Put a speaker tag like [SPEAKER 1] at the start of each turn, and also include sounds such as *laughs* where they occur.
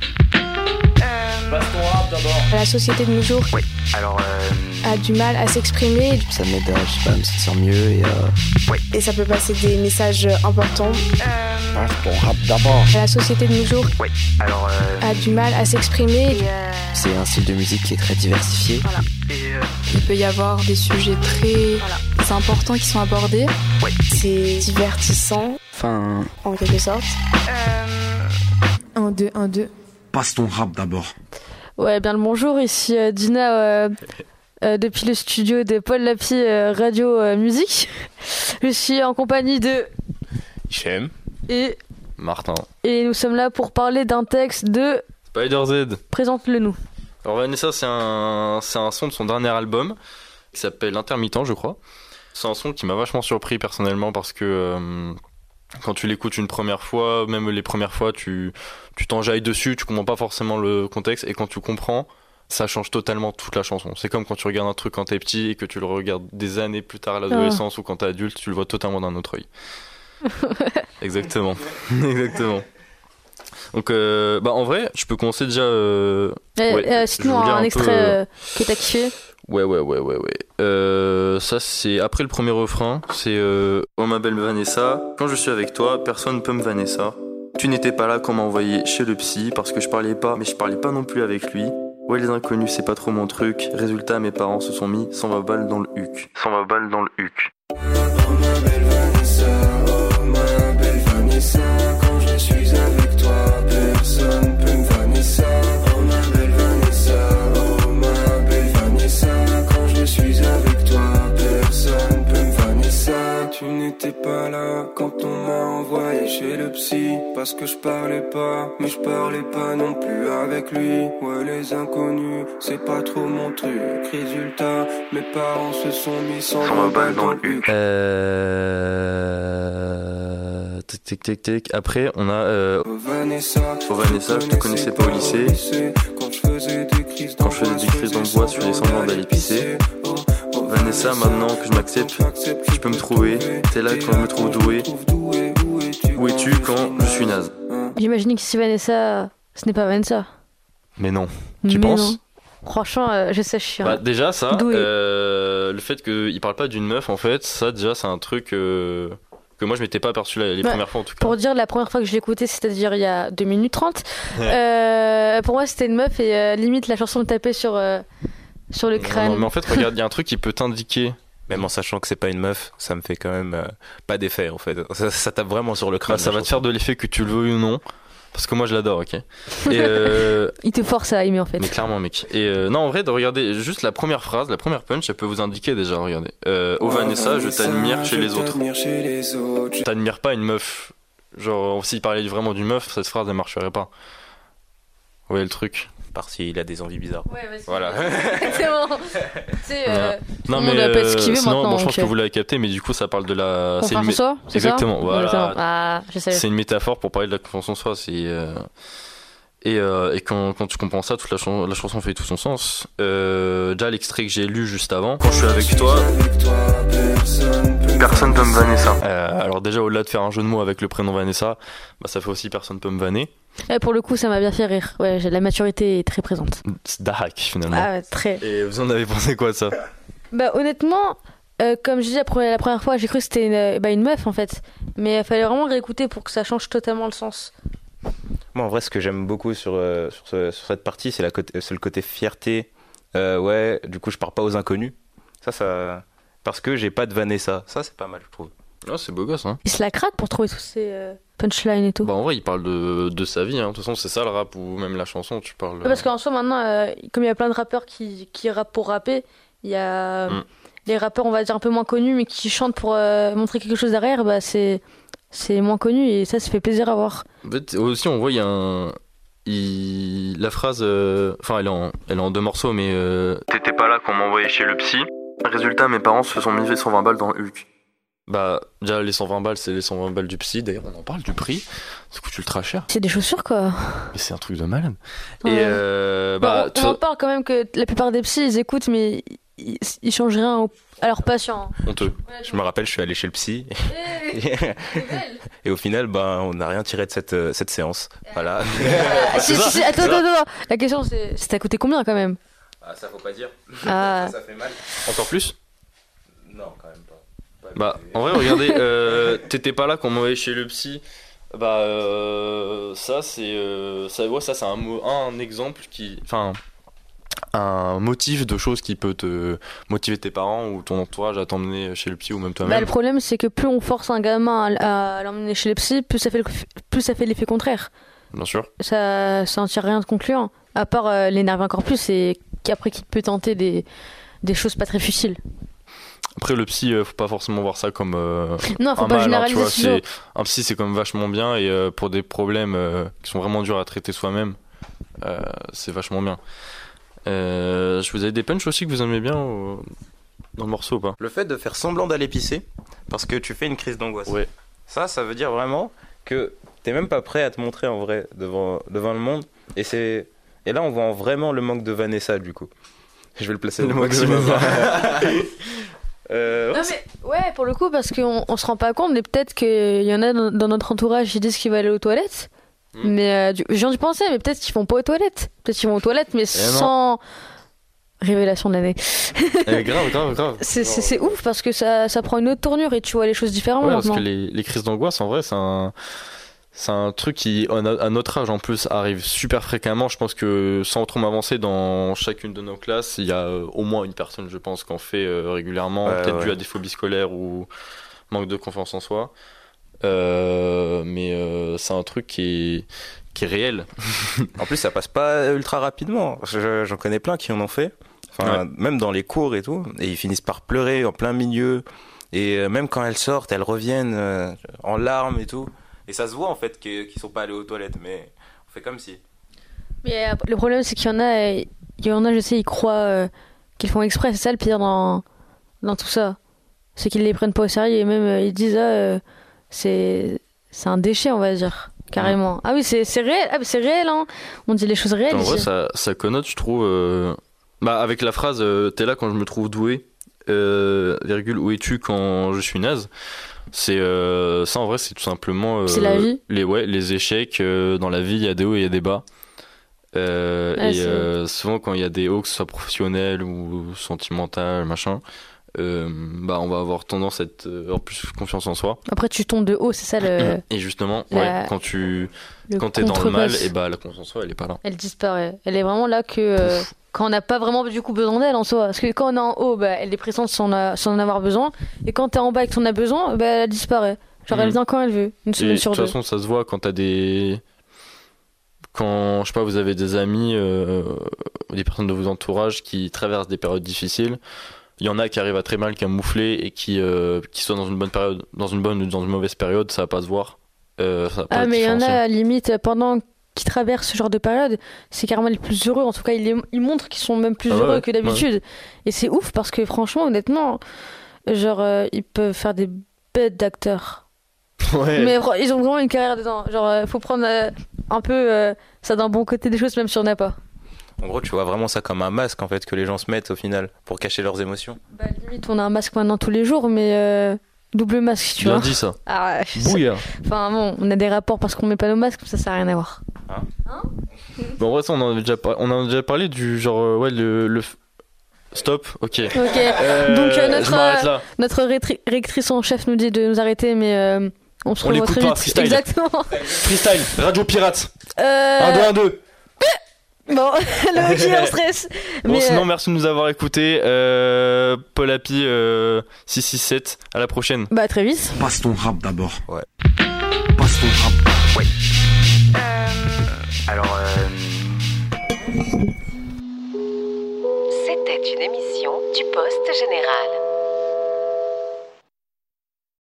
[SPEAKER 1] Euh,
[SPEAKER 2] La société de nos jours
[SPEAKER 3] Oui, alors. Euh,
[SPEAKER 2] a du mal à s'exprimer
[SPEAKER 4] Ça m'aide à, je sais pas, me sentir mieux et euh, à
[SPEAKER 2] et ça peut passer des messages importants.
[SPEAKER 5] Passe ton rap d'abord.
[SPEAKER 2] La société de nos jours
[SPEAKER 3] oui, alors. euh,
[SPEAKER 2] a du mal à s'exprimer.
[SPEAKER 4] c'est un style de musique qui est très diversifié.
[SPEAKER 3] et, euh,
[SPEAKER 6] Il peut y avoir des sujets très importants qui sont abordés.
[SPEAKER 2] C'est divertissant
[SPEAKER 4] Enfin,
[SPEAKER 2] en quelque sorte.
[SPEAKER 7] 1, 2, 1, 2.
[SPEAKER 5] Passe ton rap d'abord.
[SPEAKER 8] Ouais, bien le bonjour, ici euh, Dina euh, euh, depuis le studio de Paul Lapi euh, Radio euh, Musique. Je suis en compagnie de
[SPEAKER 1] Hichem.
[SPEAKER 8] et,
[SPEAKER 9] Martin.
[SPEAKER 8] et nous sommes là pour parler d'un texte de
[SPEAKER 9] Spider Z.
[SPEAKER 8] Présente-le nous.
[SPEAKER 9] Alors Vanessa, c'est un, c'est un son de son dernier album qui s'appelle Intermittent, je crois. C'est un son qui m'a vachement surpris personnellement parce que euh, quand tu l'écoutes une première fois, même les premières fois, tu tu t'enjailles dessus, tu comprends pas forcément le contexte et quand tu comprends, ça change totalement toute la chanson. C'est comme quand tu regardes un truc quand t'es petit et que tu le regardes des années plus tard à l'adolescence ou quand t'es adulte, tu le vois totalement d'un autre œil. Exactement, *laughs* exactement. Donc, euh, bah en vrai, je peux commencer déjà euh,
[SPEAKER 8] Euh,
[SPEAKER 9] Ouais,
[SPEAKER 8] euh,
[SPEAKER 9] je
[SPEAKER 8] Cite-nous
[SPEAKER 9] voulais
[SPEAKER 8] un,
[SPEAKER 9] un peu,
[SPEAKER 8] extrait
[SPEAKER 9] euh,
[SPEAKER 8] euh, que t'as kiffé.
[SPEAKER 9] Ouais, ouais, ouais, ouais, ouais. Euh, ça, c'est après le premier refrain. C'est euh, Oh ma belle Vanessa, quand je suis avec toi, personne peut me Vanessa. Tu n'étais pas là quand on m'a envoyé chez le psy parce que je parlais pas, mais je parlais pas non plus avec lui. Ouais, les inconnus, c'est pas trop mon truc. Résultat, mes parents se sont mis 120 balles dans le huc. 120 balles dans le huc.
[SPEAKER 10] oh, Oh, Tu n'étais pas là quand on m'a envoyé chez le psy Parce que je parlais pas, mais je parlais pas non plus avec lui Ouais les inconnus, c'est pas trop mon truc Résultat, mes parents se sont mis sans balles dans le huc
[SPEAKER 9] Euh... Tic, tic, tic, tic. Après, on a euh,
[SPEAKER 10] Oh, Vanessa,
[SPEAKER 9] Oh, Vanessa, je te connaissais pas au lycée.
[SPEAKER 10] Quand je faisais des crises
[SPEAKER 9] Quand je faisais des crises d'angoisse, je faisais semblant d'aller pisser. Oh, Vanessa, maintenant que je m'accepte, tu peux me trouver. T'es là quand je me trouve doué. Où es-tu quand je suis naze
[SPEAKER 8] J'imagine que si Vanessa, ce n'est pas Vanessa.
[SPEAKER 9] Mais non.
[SPEAKER 8] Mais
[SPEAKER 9] Tu penses
[SPEAKER 8] non. Franchement, euh, je sais, je suis. un-
[SPEAKER 9] Bah, déjà, ça,
[SPEAKER 8] Doué.
[SPEAKER 9] euh, le fait qu'il parle pas d'une meuf, en fait, ça, déjà, c'est un truc euh, que moi, je m'étais pas aperçu la- les
[SPEAKER 8] Ouais.
[SPEAKER 9] premières fois, en tout cas.
[SPEAKER 8] Bah, Pour dire la première fois que je l'écoutais, c'est-à-dire il y a 2 minutes 30, euh, pour moi c'était une meuf et euh, limite la chanson me tapait sur, euh, sur le
[SPEAKER 9] Non,
[SPEAKER 8] crâne.
[SPEAKER 9] non, mais en fait, regarde, il y a un truc qui peut
[SPEAKER 1] *laughs*
[SPEAKER 9] t'indiquer.
[SPEAKER 1] Même en sachant que c'est pas une meuf, ça me fait quand même euh, pas d'effet en fait. Ça, ça tape vraiment sur le crâne.
[SPEAKER 9] Bah, ça
[SPEAKER 1] la
[SPEAKER 9] va te
[SPEAKER 1] chanson.
[SPEAKER 9] faire de l'effet que tu le veux ou non. Parce que moi, je
[SPEAKER 8] *laughs*
[SPEAKER 9] l'adore, ok Et euh,
[SPEAKER 8] Il te force à aimer en fait.
[SPEAKER 9] Mais clairement, mec. Et euh, non, en vrai, de regarder juste la première phrase, la première punch, ça peut vous indiquer déjà. Regardez. Euh, oh Vanessa, je t'admire chez les autres.
[SPEAKER 10] chez les autres.
[SPEAKER 9] Je t'admire pas une meuf. Genre, s'il parlait vraiment d'une meuf, cette phrase elle marcherait pas. Ouais, le truc.
[SPEAKER 1] Parce qu'il a des envies bizarres.
[SPEAKER 8] Ouais, vas-y.
[SPEAKER 9] Voilà.
[SPEAKER 8] Exactement. *laughs* tu sais, euh,
[SPEAKER 9] non,
[SPEAKER 8] le monde
[SPEAKER 9] mais
[SPEAKER 8] va pas
[SPEAKER 9] euh,
[SPEAKER 8] esquiver
[SPEAKER 9] sinon,
[SPEAKER 8] maintenant,
[SPEAKER 9] bon, je pense
[SPEAKER 8] donc,
[SPEAKER 9] que vous l'avez capté, mais du coup, ça parle de la. Bah, C'est
[SPEAKER 8] confiance
[SPEAKER 9] une,
[SPEAKER 8] en soi,
[SPEAKER 9] mé-
[SPEAKER 8] c'est ça
[SPEAKER 9] Exactement, voilà.
[SPEAKER 8] Exactement. Ah, je savais.
[SPEAKER 9] c'est une métaphore pour parler de la confiance en soi. C'est. euh, Et, euh, et quand, quand tu comprends ça, toute la, chan- la chanson fait tout son sens. Euh, déjà, l'extrait que j'ai lu juste avant. Quand je suis avec toi,
[SPEAKER 3] Personne peut me Vanessa.
[SPEAKER 9] Euh, alors déjà au-delà de faire un jeu de mots avec le prénom Vanessa, bah, ça fait aussi personne peut me vanner.
[SPEAKER 8] Eh, pour le coup, ça m'a bien fait rire. Ouais, j'ai- la maturité est très présente.
[SPEAKER 9] C'est Dahak finalement.
[SPEAKER 8] Ah, très.
[SPEAKER 9] Et vous en avez pensé quoi de ça
[SPEAKER 8] Bah honnêtement, euh, comme je disais la première, la première fois, j'ai cru que c'était une, bah, une meuf en fait. Mais il fallait vraiment réécouter pour que ça change totalement le sens.
[SPEAKER 1] Moi, en vrai, ce que j'aime beaucoup sur, euh, sur, ce- sur cette partie, c'est la côté- euh, c'est le côté fierté. Euh, ouais, du coup, je pars pas aux inconnus. Ça, ça. Parce que j'ai pas de Vanessa. Ça, c'est pas mal, je trouve.
[SPEAKER 9] Ah c'est beau gosse hein.
[SPEAKER 8] Il se la crade pour trouver tous ces euh, punchlines et tout.
[SPEAKER 9] Bah en vrai il parle de, de sa vie hein. De toute façon c'est ça le rap ou même la chanson tu parles.
[SPEAKER 8] Ouais, Parce qu'en soi maintenant, euh, comme il y a plein de rappeurs qui, qui rappent pour rapper, il y a euh,
[SPEAKER 9] Mm.
[SPEAKER 8] les rappeurs on va dire un peu moins connus mais qui chantent pour euh, montrer quelque chose derrière, bah c'est c'est moins connu et ça ça fait plaisir à voir.
[SPEAKER 9] En fait, aussi on voit il y a un il- la phrase euh, enfin elle est en elle est en deux morceaux mais euh, t'étais pas là quand on m'a envoyé chez le psy. Résultat mes parents se sont mis 120 balles dans le Hulk. Bah déjà les 120 balles c'est les 120 balles du psy d'ailleurs on en parle du prix ça coûte ultra cher.
[SPEAKER 8] C'est des chaussures quoi.
[SPEAKER 9] Mais c'est un truc de malade.
[SPEAKER 8] Ouais.
[SPEAKER 9] Et euh, bah,
[SPEAKER 8] Bon, on,
[SPEAKER 9] tu-
[SPEAKER 8] on en parle quand même que la plupart des psys ils écoutent mais ils, ils changent rien au- à hein. leur patient.
[SPEAKER 1] Honteux.
[SPEAKER 8] Ah,
[SPEAKER 1] Je me rappelle, je suis allé chez le psy.
[SPEAKER 8] Eh,
[SPEAKER 1] Et, *laughs* et au final, bah, on n'a rien tiré de cette, euh, cette séance. Voilà.
[SPEAKER 8] Ah,
[SPEAKER 1] C'est
[SPEAKER 8] si, si,
[SPEAKER 1] ça.
[SPEAKER 8] si, attends,
[SPEAKER 1] Voilà.
[SPEAKER 8] attends, attends. La question, c'est c'était à coûté combien quand même
[SPEAKER 1] Ah, ça faut pas dire.
[SPEAKER 8] Ah.
[SPEAKER 1] Ça, ça fait mal.
[SPEAKER 9] Encore plus
[SPEAKER 1] Non, quand même pas.
[SPEAKER 9] Bah, en vrai, regardez,
[SPEAKER 8] *laughs*
[SPEAKER 9] euh, t'étais pas là quand on m'avait chez le psy. Bah, euh, ça, c'est. euh, ça, ouais, ça, c'est un, mo- un exemple qui. Enfin. Un motif de choses qui peut te motiver tes parents ou ton entourage à t'emmener chez le psy ou même
[SPEAKER 8] Bah,
[SPEAKER 9] toi-même.
[SPEAKER 8] le problème, c'est que plus on force un gamin à, à l'emmener chez les psys, plus ça fait, le- plus ça fait l'effet contraire.
[SPEAKER 9] bien sûr.
[SPEAKER 8] Ça, ça en tire rien de concluant. À part euh, l'énerver encore plus et qu'après qu'il peut tenter des, des choses pas très futiles.
[SPEAKER 9] Après, le psy, euh, faut pas forcément voir ça comme. euh,
[SPEAKER 8] Non, faut
[SPEAKER 9] un
[SPEAKER 8] pas
[SPEAKER 9] mal, hein, tu
[SPEAKER 8] généraliser,
[SPEAKER 9] vois,
[SPEAKER 8] sinon-
[SPEAKER 9] c'est- Un psy, c'est quand même vachement bien et euh, pour des problèmes euh, qui sont vraiment durs à traiter soi-même, euh, c'est vachement bien. Euh, je vous avais des punchs aussi que vous aimez bien au- dans le morceau ou pas
[SPEAKER 1] Le fait de faire semblant d'aller pisser parce que tu fais une crise d'angoisse.
[SPEAKER 9] Ouais.
[SPEAKER 1] Ça, ça veut dire vraiment que t'es même pas prêt à te montrer en vrai devant, devant le monde. Et c'est et là, on voit vraiment le manque de Vanessa du coup. Je vais le
[SPEAKER 9] *laughs*
[SPEAKER 1] placer
[SPEAKER 9] Le
[SPEAKER 1] au
[SPEAKER 9] manque de
[SPEAKER 1] maximum.
[SPEAKER 9] Vanessa.
[SPEAKER 1] *laughs* Euh, ouais,
[SPEAKER 8] Non,
[SPEAKER 1] c'est-
[SPEAKER 8] mais- ouais, pour le coup, parce qu'on on se rend pas compte, mais peut-être qu'il y en a dans, dans notre entourage qui disent qu'ils vont aller aux toilettes.
[SPEAKER 9] Mm.
[SPEAKER 8] Mais euh, du- j'ai entendu penser, mais peut-être qu'ils vont pas aux toilettes. Peut-être qu'ils vont aux toilettes, mais
[SPEAKER 9] Eh non.
[SPEAKER 8] sans. Révélation de l'année.
[SPEAKER 9] Eh, Grave, grave, grave.
[SPEAKER 8] *laughs* C'est- C'est c'est ouf parce que ça, ça prend une autre tournure et tu vois les choses différemment
[SPEAKER 9] Ouais, parce
[SPEAKER 8] maintenant.
[SPEAKER 9] que les, les crises d'angoisse, en vrai, c'est un, c'est un truc qui, à no- à notre âge en plus, arrive super fréquemment. Je pense que sans trop m'avancer, dans chacune de nos classes, il y a euh, au moins une personne, je pense, qu'en fait euh, régulièrement,
[SPEAKER 1] Ouais,
[SPEAKER 9] peut-être
[SPEAKER 1] ouais.
[SPEAKER 9] dû à des phobies scolaires ou manque de confiance en soi. Euh, mais euh, c'est un truc qui est, qui est réel.
[SPEAKER 1] En plus, ça passe pas ultra rapidement. Je- J'en connais plein qui en ont fait. Enfin, Même dans les cours et tout. Et ils finissent par pleurer en plein milieu. Et euh, même quand elles sortent, elles reviennent euh, en larmes et tout. Et ça se voit en fait que- qu'ils sont pas allés aux toilettes, mais on fait comme si.
[SPEAKER 8] Mais euh, le problème, c'est qu'il y en a, euh, il y en a, je sais, ils croient euh, qu'ils font exprès. C'est ça le pire dans, dans tout ça. C'est qu'ils les prennent pas au sérieux et même euh, ils disent, ah, euh, c'est, c'est un déchet, on va dire, carrément. Ah oui, c'est, c'est réel, ah, mais c'est réel, hein. On dit les choses réelles.
[SPEAKER 9] En vrai,
[SPEAKER 8] ici.
[SPEAKER 9] ça, ça connote, je trouve. euh, Bah, avec la phrase euh, T'es là quand je me trouve doué, euh, virgule, où es-tu quand je suis naze C'est euh, ça, en vrai, c'est tout simplement. euh,
[SPEAKER 8] C'est la vie.
[SPEAKER 9] Les, ouais, les échecs. euh, dans la vie, il y a des hauts et il y a des bas. Euh,
[SPEAKER 8] Ouais,
[SPEAKER 9] et
[SPEAKER 8] c'est-
[SPEAKER 9] euh, souvent, quand il y a des hauts, que ce soit professionnel ou sentimental, machin, euh, bah, on va avoir tendance à être euh, en plus confiance en soi.
[SPEAKER 8] Après, tu tombes de haut, c'est ça
[SPEAKER 9] *laughs*
[SPEAKER 8] le,
[SPEAKER 9] et justement,
[SPEAKER 8] la-
[SPEAKER 9] ouais, quand tu
[SPEAKER 8] le
[SPEAKER 9] quand es dans le mal,
[SPEAKER 8] contrepoids.
[SPEAKER 9] et bah, la confiance en soi, elle est pas là.
[SPEAKER 8] Elle disparaît. Elle est vraiment là que euh, quand on n'a pas vraiment du coup besoin d'elle en soi. Parce que quand on est en haut, bah, elle est présente sans, la- sans en avoir besoin. Et quand t'es en bas et que t'en as besoin, bah, elle disparaît. Genre
[SPEAKER 9] Mhm.
[SPEAKER 8] elle vient quand elle veut, une
[SPEAKER 9] Et
[SPEAKER 8] semaine sur
[SPEAKER 9] De toute
[SPEAKER 8] deux.
[SPEAKER 9] façon, ça se voit quand t'as des. Quand, je sais pas, vous avez des amis, euh, ou des personnes de vos entourage qui traversent des périodes difficiles. Il y en a qui arrivent à très mal camoufler et qui, euh, qui sont dans une bonne période, dans une bonne ou dans une mauvaise période, ça va pas se voir. Euh, ça va pas
[SPEAKER 8] Ah
[SPEAKER 9] être
[SPEAKER 8] mais il y en
[SPEAKER 9] différencié.
[SPEAKER 8] a limite pendant qu'ils traversent ce genre de période, c'est carrément les plus heureux. En tout cas, ils, les- ils montrent qu'ils sont même plus
[SPEAKER 9] Ah ouais,
[SPEAKER 8] heureux que
[SPEAKER 9] ouais.
[SPEAKER 8] d'habitude. Et c'est ouf parce que franchement, honnêtement, genre euh, ils peuvent faire des bêtes d'acteurs.
[SPEAKER 9] Ouais.
[SPEAKER 8] Mais vra- ils ont vraiment une carrière dedans. Genre, euh, faut prendre euh, un peu euh, ça d'un bon côté des choses, même si on n'a pas.
[SPEAKER 1] En gros, tu vois vraiment ça comme un masque en fait que les gens se mettent au final pour cacher leurs émotions.
[SPEAKER 8] Bah, limite, on a un masque maintenant tous les jours, mais euh, double masque, tu
[SPEAKER 9] Bien
[SPEAKER 8] vois.
[SPEAKER 9] dit ça.
[SPEAKER 8] Ah, ouais,
[SPEAKER 9] Bouillard.
[SPEAKER 8] Enfin, bon, on a des rapports parce qu'on met pas nos masques, mais ça, ça n'a rien à voir.
[SPEAKER 9] Bon, en vrai, ça, on en avait déjà, par- on en a déjà parlé du genre, euh, ouais, le. le f- Stop,
[SPEAKER 8] Ok,
[SPEAKER 9] ok. Euh,
[SPEAKER 8] Donc, euh, notre,
[SPEAKER 9] Je m'arrête
[SPEAKER 8] euh,
[SPEAKER 9] là.
[SPEAKER 8] notre rétri- réactrice en chef nous dit de nous arrêter, mais euh, on se
[SPEAKER 9] On
[SPEAKER 8] revoit
[SPEAKER 9] l'écoute
[SPEAKER 8] très
[SPEAKER 9] pas,
[SPEAKER 8] vite.
[SPEAKER 9] freestyle. *laughs*
[SPEAKER 8] Exactement.
[SPEAKER 9] Freestyle, radio pirate.
[SPEAKER 8] Euh,
[SPEAKER 9] 1, 2, 1, 2.
[SPEAKER 8] bon, *laughs* le hockey en
[SPEAKER 9] *laughs*
[SPEAKER 8] stress.
[SPEAKER 9] Bon,
[SPEAKER 8] mais,
[SPEAKER 9] sinon,
[SPEAKER 8] euh,
[SPEAKER 9] merci de nous avoir écoutés. Euh, Paul Happy euh, 667, à la prochaine.
[SPEAKER 8] bah, à très vite.
[SPEAKER 5] Passe ton rap d'abord.
[SPEAKER 1] Ouais.
[SPEAKER 5] Passe ton rap.
[SPEAKER 3] Alors, euh,
[SPEAKER 11] C'était une émission du Poste Général.